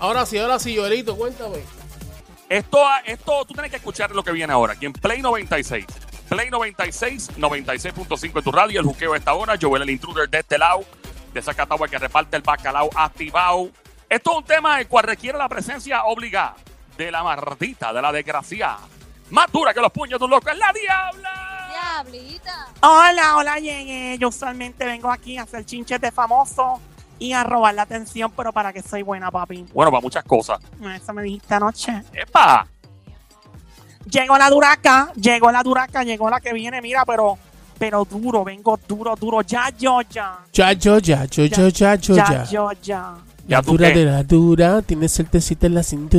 Ahora sí, ahora sí, Joelito, cuéntame. Esto, ah, esto, tú tienes que escuchar lo que viene ahora, aquí en Play 96. Play 96, 96.5 en tu radio, el juqueo de esta hora, Joel el intruder de este lado, de esa catagua que reparte el bacalao activado. Esto es un tema el cual requiere la presencia obligada de la mardita, de la desgraciada. Más dura que los puños de un loco, es la diabla. Diablita. Hola, hola, llegué. Yo usualmente vengo aquí a hacer chinches de famoso y a robar la atención, pero para que soy buena, papi. Bueno, para muchas cosas. Eso me dijiste anoche. ¡Epa! Llegó la duraca, llegó la duraca, llegó la que viene, mira, pero pero duro, vengo duro, duro. Ya, yo, ya. Chacho, ya, yo, yo, ya, yo, Ya, ya. yo, ya. La ¿Ya tú dura qué? de la dura, tienes el tecito en la Está en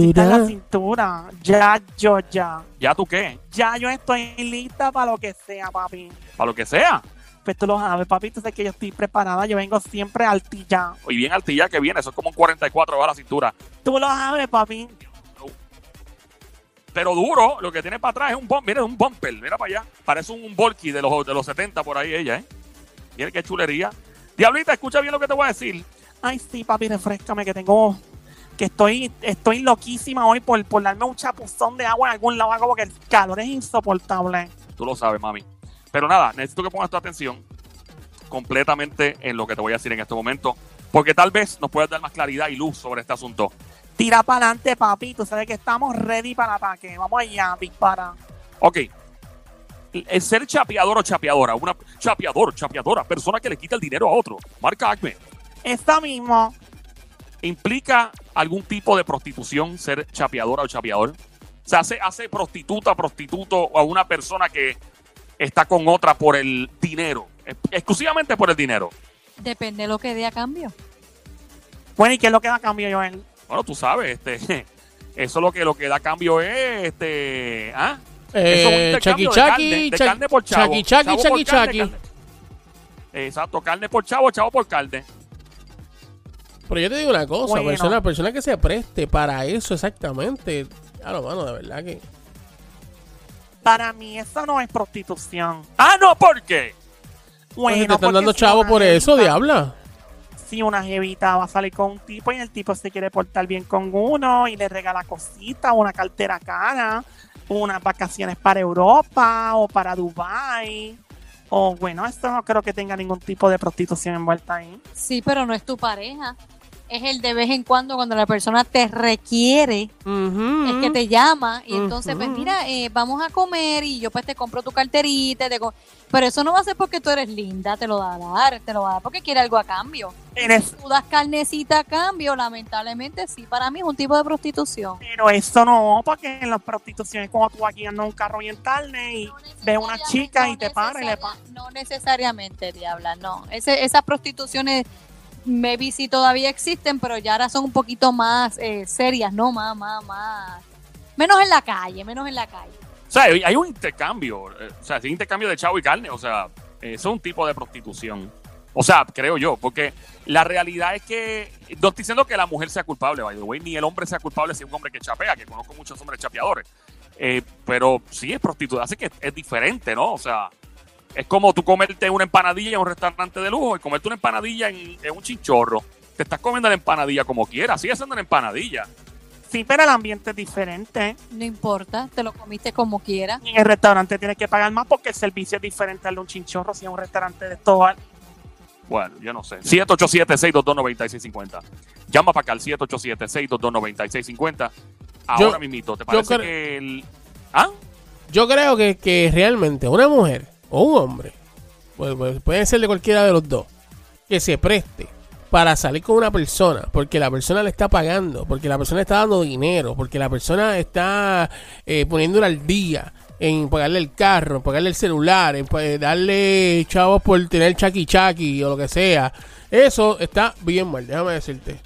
cintura. la cintura. Ya, yo, ya. ¿Ya tú qué? Ya yo estoy lista para lo que sea, papi. Para lo que sea. Pues tú lo sabes, papi, tú sabes que yo estoy preparada, yo vengo siempre altilla. Y bien altilla que viene, eso es como un 44 va a la cintura. Tú lo sabes, papi. Pero duro, lo que tiene para atrás es un bumper, mira, es un bumper, mira para allá. Parece un volky de los, de los 70 por ahí ella, ¿eh? Mira qué chulería. Diablita, escucha bien lo que te voy a decir. Ay, sí, papi, refrescame que tengo. Que estoy, estoy loquísima hoy por, por darme un chapuzón de agua en algún lado, algo, porque el calor es insoportable. Tú lo sabes, mami. Pero nada, necesito que pongas tu atención completamente en lo que te voy a decir en este momento, porque tal vez nos puedas dar más claridad y luz sobre este asunto. Tira para adelante, papi. Tú sabes que estamos ready para el ataque. Vamos allá, dispara. Ok. El ser chapeador o chapeadora, una chapeador, chapeadora, persona que le quita el dinero a otro, marca Acme, Eso mismo. implica algún tipo de prostitución ser chapeadora o chapeador. O sea, hace, hace prostituta, prostituto a una persona que está con otra por el dinero, ex- exclusivamente por el dinero. Depende de lo que dé a cambio. Bueno, ¿y qué es lo que da a cambio, Joel? Bueno, tú sabes, este, eso lo que lo que da cambio es, este, ¿ah? Eso es un Eh, chaki, intercambio de carne, chaki, de carne por chavo. chaki, chaki, Chavo por chaki, carne, chaki. carne. Exacto, carne por chavo, chavo por carne. Pero yo te digo una cosa, Bueno. persona, persona que se preste para eso exactamente. Claro, mano, de verdad que. Para mí, eso no es prostitución. Ah, no, ¿por qué? Pues, si te están porque dando si chavo una por eso, jevita- diabla. Si una jevita va a salir con un tipo y el tipo se quiere portar bien con uno y le regala cositas, una cartera cara, unas vacaciones para Europa o para Dubai. O bueno, esto no creo que tenga ningún tipo de prostitución envuelta ahí. Sí, pero no es tu pareja. Es el de vez en cuando cuando la persona te requiere, es que te llama y entonces, pues mira, eh, vamos a comer y yo pues te compro tu carterita. te co- pero eso no va a ser porque tú eres linda, te lo va a dar, te lo va a dar porque quiere algo a cambio. Eres- Tú das carnecita a cambio, lamentablemente sí, para mí es un tipo de prostitución. pero eso no, porque en las prostituciones como tú aquí andas en un carro bien tarde y ves una chica y te para y le pa- paras No necesariamente, Diabla, no. Ese- esas prostituciones, maybe sí todavía existen, pero ya ahora son un poquito más eh, serias, no, más, más, más. Menos en la calle, menos en la calle. O sea, hay hay un intercambio, eh, o sea, es un intercambio de chavo y carne, o sea, eh, eso es un tipo de prostitución. O sea, creo yo, porque la realidad es que, no estoy diciendo que la mujer sea culpable, by the way, ni el hombre sea culpable si es un hombre que chapea, que conozco muchos hombres chapeadores, Eh, pero sí es prostituta, así que es, es diferente, ¿no? O sea, es como tú comerte una empanadilla en un restaurante de lujo y comerte una empanadilla en, en un chinchorro. Te estás comiendo la empanadilla como quieras, sigue siendo una empanadilla. Sí, pero el ambiente es diferente. No importa, te lo comiste como quieras. Y en el restaurante tienes que pagar más porque el servicio es diferente al de un chinchorro si es un restaurante de todo. Bueno, yo no sé. 787-622-9650. Llama para acá al 787-622-9650. Ahora Yo- mismito, ¿te yo parece creo- que el... ¿Ah? Yo creo que, que realmente una mujer o un hombre, pues, pues, puede ser de cualquiera de los dos, que se preste para salir con una persona, porque la persona le está pagando, porque la persona está dando dinero, porque la persona está eh, poniéndole al día en pagarle el carro, en pagarle el celular, en pa- eh, darle chavos por tener chaki chaki o lo que sea. Eso está bien mal, déjame decirte.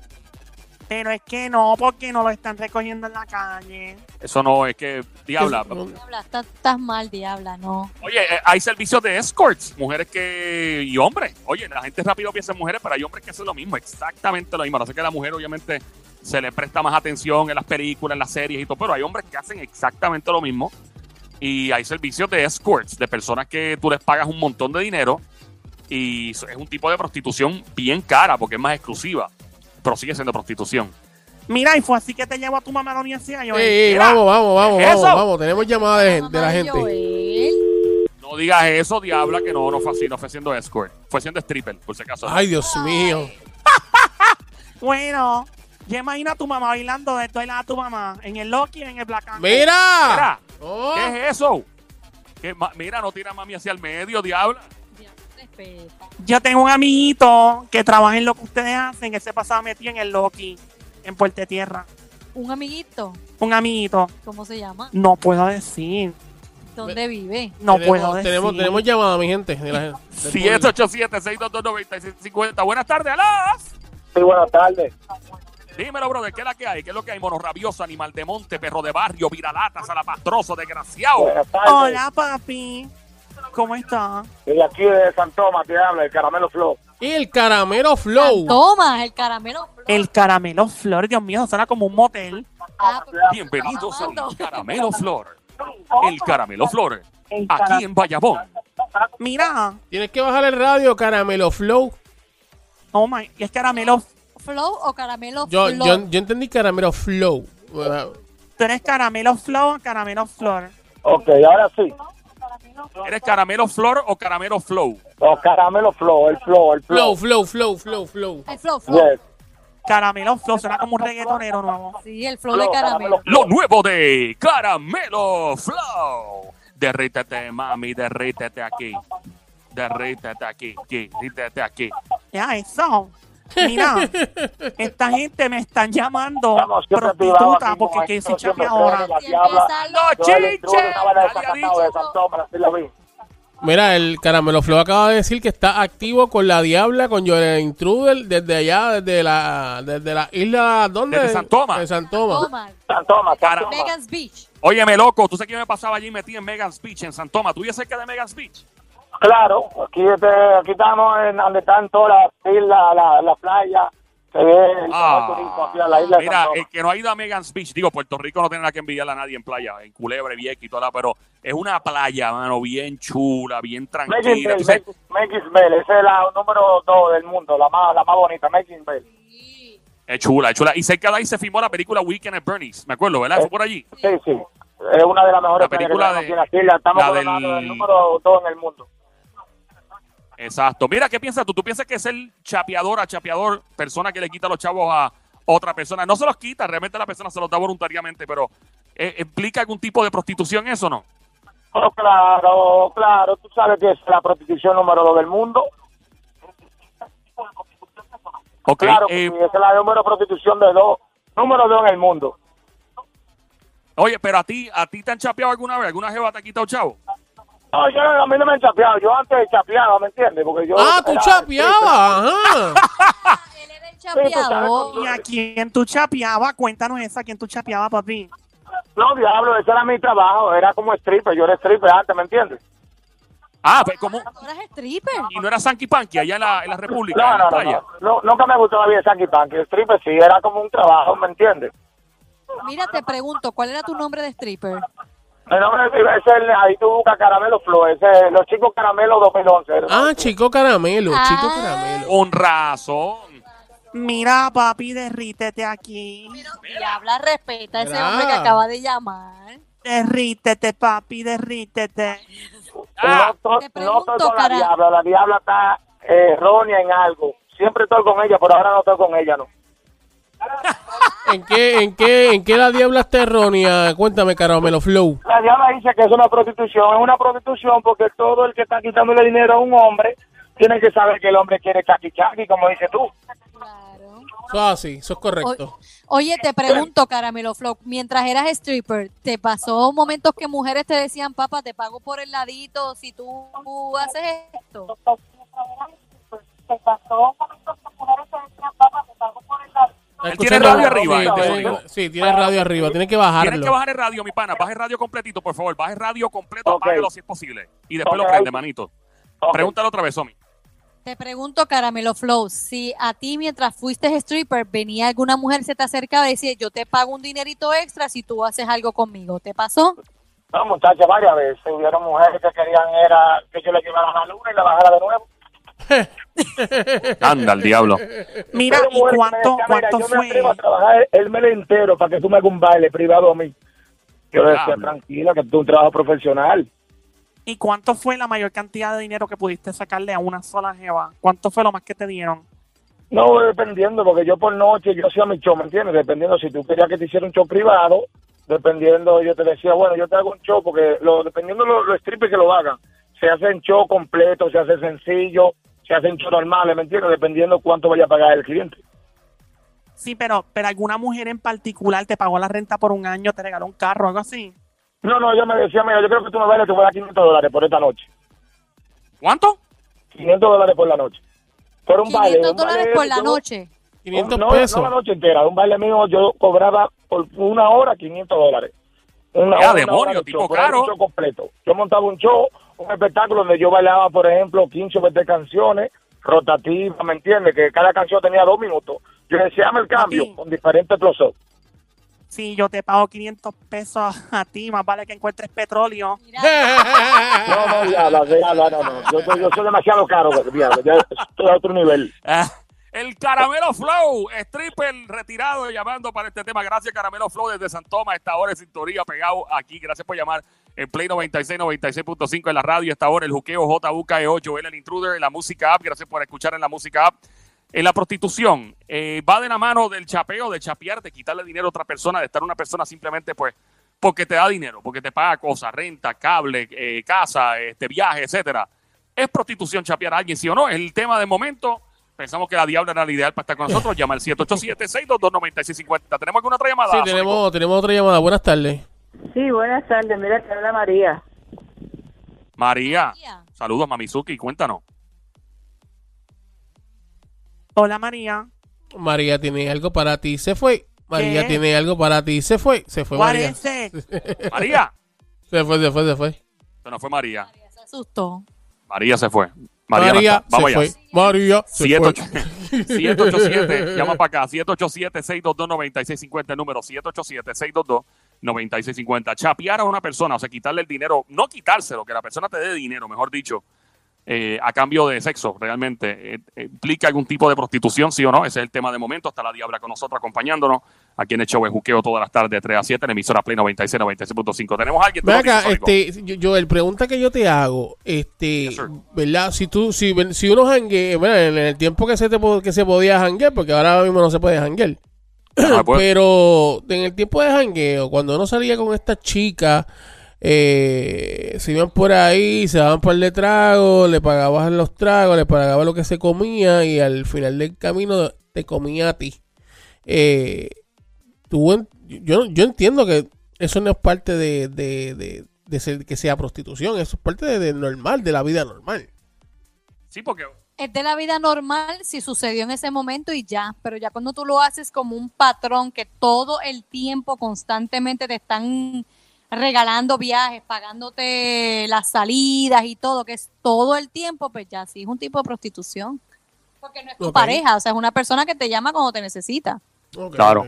Pero es que no, porque no lo están recogiendo en la calle. Eso no es que... Diabla. Eso- Diabla, estás, estás mal, Diabla, no. Oye, eh, hay servicios de escorts, mujeres que... y hombres. Oye, la gente rápido piensa en mujeres, pero hay hombres que hacen lo mismo, exactamente lo mismo. No sé que a la mujer obviamente se le presta más atención en las películas, en las series y todo, pero hay hombres que hacen exactamente lo mismo. Y hay servicios de escorts, de personas que tú les pagas un montón de dinero Y es un tipo de prostitución bien cara porque es más exclusiva, pero sigue siendo prostitución. Mira, y fue así que te llevó a tu mamá a la universidad. Yo, Ey, ey, mira, vamos, vamos, vamos, ¿Eso? vamos, vamos. Tenemos llamada de, gente- de la Mamá gente. Joel. No digas eso, diabla, que no, no fue así, no fue siendo escort. Fue siendo stripper, por si acaso. Ay, Dios mío. Bueno, yo imagino a tu mamá bailando de toda a tu mamá en el Loki, en el Black Angel. ¡Mira! Mira, Oh. ¿Qué es eso? Que ma- mira, no tira a mami hacia el medio, diabla. Dios, respeta. Yo tengo un amiguito que trabaja en lo que ustedes hacen. Él se pasaba metido en el Loki, en Puerto Tierra. Un amiguito, Un amiguito. ¿cómo se llama? No puedo decir. ¿Dónde vive? No Tenemos- puedo decir. Tenemos, tenemos llamada, mi gente. De la, del público. 787-622-9650. Buenas tardes, alas. Sí, buenas tardes. Dímelo, brother, ¿qué es la que hay? ¿Qué es lo que hay? Mono rabioso, animal de monte, perro de barrio, viralata, salapastroso, desgraciado. Buenas tardes. Hola, papi. ¿Cómo estás? Y aquí de San Tomás te habla el Caramelo Flow. Y el caramelo flow. Toma, el caramelo. El caramelo flor, Dios mío, suena como un motel. Ah, Bienvenidos al Amando. Caramelo Flor. El Caramelo Flor. Aquí en Bayamón. Mira, Tienes que bajar el radio, caramelo flow. oh my, y es caramelo. ¿Flow o caramelo Yo, flow? yo, yo entendí caramelo flow. Bueno, Tú eres caramelo flor, caramelo flor. Ok, ahora sí. ¿Eres Caramelo Flor o Caramelo Flow? Los Caramelo Flow, el Flow, el Flow, Flow. flow, flow, flow, flow. El flow, flow. Yes. Caramelo flor, suena como un reggaetonero nuevo. Sí, el flow de caramelo. Lo nuevo de Caramelo Flow. Derrítete, mami, derrítete aquí. Derrítete aquí, aquí, derrítete aquí. Ya, eso. Mira, esta gente me están llamando Vamos, siempre privado prostituta aquí, porque como que se esto, llame siempre ahora. privado. Si empieza No, lo- Yo el intruso chinche. estaba desacatado de Había San Tomás, así lo vi. Mira, el caramelo flow acaba de decir que está activo con la diabla, con Joel Intruder, desde allá, desde la, desde la isla, ¿dónde? Desde San Tomás. De San Tomás. Toma, San Tomás, San Cara- Tomás. Megan's Beach. Óyeme, loco, ¿tú sabes que yo me pasaba allí metí en Megan's Beach, en San Tomás? ¿Tú ya cerca de Megan's Beach? Claro, aquí, este, aquí estamos en donde están todas las islas, la, la playa. Se ve el Ah, turismo aquí a la isla de San mira, eh, el Tomás. que no ha ido a Megan's Beach, digo, Puerto Rico no tiene nada que envidiarle a nadie en playa, en Culebre, Vieques y toda la, pero es una playa, mano, bien chula, bien Making tranquila. Bell, Tú sabes, Making Bell, esa es la número dos del mundo, la más, la más bonita, Making Bell. es chula, es chula. Y cerca de ahí se filmó la película Weekend at Bernie's, me acuerdo, Eh, ¿verdad? Fue por allí. Sí, sí. Es una de las mejores La película playas que de- tenemos aquí en las islas. Estamos la coronando del- del número dos en el mundo. Exacto. Mira, ¿qué piensas tú? ¿Tú piensas que es el chapeador a chapeador, persona que le quita los chavos a otra persona? No se los quita, realmente la persona se los da voluntariamente, pero eh, ¿implica algún tipo de prostitución eso o no? Oh, claro, claro. Tú sabes que es la prostitución número dos del mundo. Ok, Claro, eh, que sí, esa es la número prostitución de dos, número dos en el mundo. oye, pero a ti, ¿a ti te han chapeado alguna vez? ¿Alguna jeva te ha quitado chavo? No, yo no, a mí no me han chapeado. Yo antes chapeaba, ¿me entiendes? Porque yo Ah, tú era- chapeabas, ajá. Ah, él era el ¿Y chapeador. a quién tú chapeabas? Cuéntanos esa, ¿a quién tú chapeabas, papi? No, diablo, ese era mi trabajo. Era como stripper. Yo era stripper antes, ¿me entiendes? Ah, pues como... Tú eras stripper. Y no era Sanky Panky allá en la, en la República, en No, la no, no, playa. no, no. Nunca me gustó la vida de Sanky Panky. Stripper sí, era como un trabajo, ¿me entiendes? Mira, te pregunto, ¿cuál era tu nombre de stripper? El nombre de- es el, ahí tú buscas Caramelo Flow, ese es los chicos Caramelo 2011. Ah, chico caramelo, chico Ah. caramelo. Con razón. Mira, papi, derrítete aquí. Diabla, respeta a ese Mira. hombre que acaba de llamar. Derrítete, papi, derrítete. Ah, no, Te to- no estoy pregunto, con la cara- diabla, la diabla está eh, errónea en algo. Siempre estoy con ella, pero ahora no estoy con ella, ¿no? ¿En qué, en qué, en qué la diabla está errónea? Cuéntame, caramelo flow. La diabla dice que es una prostitución, es una prostitución porque todo el que está quitándole dinero a un hombre tiene que saber que el hombre quiere chaki chaki, como dices tú. Claro. Eso es así, eso es correcto. O- oye, te pregunto, Caramelo Flow, mientras eras stripper, ¿te pasó momentos que mujeres te decían, papá, te pago por el ladito si tú haces esto? ¿Está Él tiene escuchando? radio arriba, Sí, este tiene- sonido. sí, tiene radio arriba, tiene que tienes que bajarlo. bajar el radio, mi pana. Baja el radio completito, por favor. Baja el radio completo, Ok. apágalo si es posible. Y después Ok. lo prende, manito. Ok. Pregúntalo otra vez, Somi. Te pregunto, Caramelo Flow, si a ti mientras fuiste stripper venía alguna mujer, se te acercaba y decía, yo te pago un dinerito extra si tú haces algo conmigo. ¿Te pasó? No, muchachas, varias veces hubieron mujeres que querían era que yo le llevara la luna y la bajara de nuevo. Anda, el diablo. Mira, Pero, ¿y mujer, cuánto, mira, cuánto yo me fue? atrevo a trabajar el mes entero para que tú me hagas un baile privado a mí. Yo le decía, Diablo. tranquila, que tú es un trabajo profesional. ¿Y cuánto fue la mayor cantidad de dinero que pudiste sacarle a una sola jeva? ¿Cuánto fue lo más que te dieron? No, dependiendo, porque yo por noche, yo hacía mi show, ¿me entiendes? Dependiendo, si tú querías que te hiciera un show privado, dependiendo, yo te decía, bueno, yo te hago un show, porque lo, dependiendo los lo strippers que lo hagan, se hacen show completo, se hace sencillo, se hacen show normales, ¿me entiendes? Dependiendo cuánto vaya a pagar el cliente. Sí, pero, pero alguna mujer en particular te pagó la renta por un año, te regaló un carro, algo así. No, no, yo me decía, mira, yo creo que tú me bailes, te voy a dar 500 dólares por esta noche. ¿Cuánto? 500 dólares por la noche. Por un baile. 500 un baile dólares por la yo- noche. 500 no, pesos. No la noche entera, un baile mío yo cobraba por una hora 500 dólares. Una Ya, hora, demonio, una hora de tipo show, pero era caro. un show completo. Yo montaba un show, un espectáculo donde yo bailaba, por ejemplo, 15 o 20 canciones rotativas, ¿me entiendes? Que cada canción tenía dos minutos. Yo decía, "Hazme el cambio Papi. con diferentes procesos. Sí, yo te pago 500 pesos a ti, más vale que encuentres petróleo. Mira, Ah. No, no, diablo, diablo, no, no. Yo, yo- yo soy demasiado caro, diablo. Ya estoy a otro nivel. Ah, El Caramelo Flow, stripper retirado llamando para este tema. Gracias, Caramelo Flow, desde Santoma, esta hora en sintonía, pegado aquí. Gracias por llamar en Play 96, 96.5 en la radio. Esta hora el juqueo JUKE8, él E el intruder, en la música app. Gracias por escuchar en la música app. En la prostitución, eh, va de la mano del chapeo, de chapear, de quitarle dinero a otra persona, de estar una persona simplemente pues porque te da dinero, porque te paga cosas, renta, cable, eh, casa, este viaje, etcétera. ¿Es prostitución chapear a alguien, sí o no? Es el tema de momento. Pensamos que la diabla era la ideal para estar con nosotros. Llama al 787-622-9650. ¿Tenemos alguna otra llamada? Sí, tenemos, tenemos otra llamada. Buenas tardes. Sí, buenas tardes. Mira, te habla María. María. María. Saludos, Mamizuki. Cuéntanos. Hola María, María tiene algo para ti. Se fue. María ¿Qué? tiene algo para ti. Se fue. Se fue, ¿cuál Pues, María. es ese? María. Se fue, se fue, se fue. Se nos fue María. se asustó. María se fue. María, María, no está. se Vamos allá. fue. María se fue. 787, llama para acá, 787-622-9650, el número 787-622-9650. Chapear a una persona, o sea, quitarle el dinero, no quitárselo, que la persona te dé dinero, mejor dicho, eh, a cambio de sexo, realmente. Eh, eh, ¿Implica algún tipo de prostitución, sí o no? Ese es el tema de momento. Está la Diabla con nosotros acompañándonos. Aquí en el show de Juqueo todas las tardes, de 3 a 7, en emisora Play 96, 96.5. Tenemos a alguien. Ven Tú lo acá, dices, Sónico. este, yo- Joel, pregunta que yo te hago, este, Yes, sir. ¿verdad? Si tú, si, si uno jangue, bueno, en el tiempo que se te po- que se podía janguear, porque ahora mismo no se puede janguear. Ah, pues, Pero en el tiempo de jangueo, cuando uno salía con esta chica, eh, se iban por ahí, se daban par de tragos, le pagabas los tragos, le pagabas lo que se comía y al final del camino te comía a ti. Eh, tú en- yo, yo entiendo que eso no es parte de, de- de- de ser- que sea prostitución, eso es parte de, de normal, de la vida normal. sí, porque Es de la vida normal si sucedió en ese momento y ya, pero ya cuando tú lo haces como un patrón que todo el tiempo constantemente te están regalando viajes, pagándote las salidas y todo, que es todo el tiempo, pues ya sí es un tipo de prostitución. Porque no es tu Ok. pareja, o sea, es una persona que te llama cuando te necesita. Ok, Claro. ok.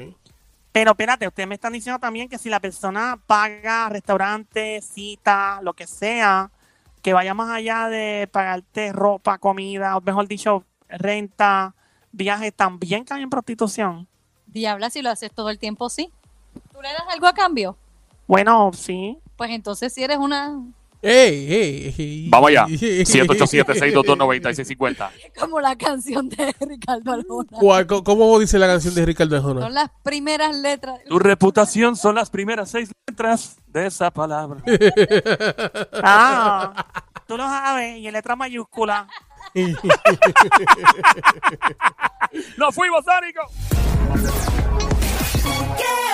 Pero espérate, ustedes me están diciendo también que si la persona paga restaurante, cita, lo que sea, que vaya más allá de pagarte ropa, comida, o mejor dicho, renta, viajes, también cae en prostitución. Diabla, si lo haces todo el tiempo, sí. ¿Tú le das algo a cambio? Bueno, sí. Pues entonces si eres una, Ey, ey, ey. vamos allá, 787-622-9650. como la canción de Ricardo Arjona. ¿Cuál- co- ¿Cómo dice la canción de Ricardo Arjona? Son las primeras letras. Tu reputación son las primeras seis letras de esa palabra. Ah, tú lo sabes, y en letra mayúscula. ¡Nos fuimos, Sónico! Yeah.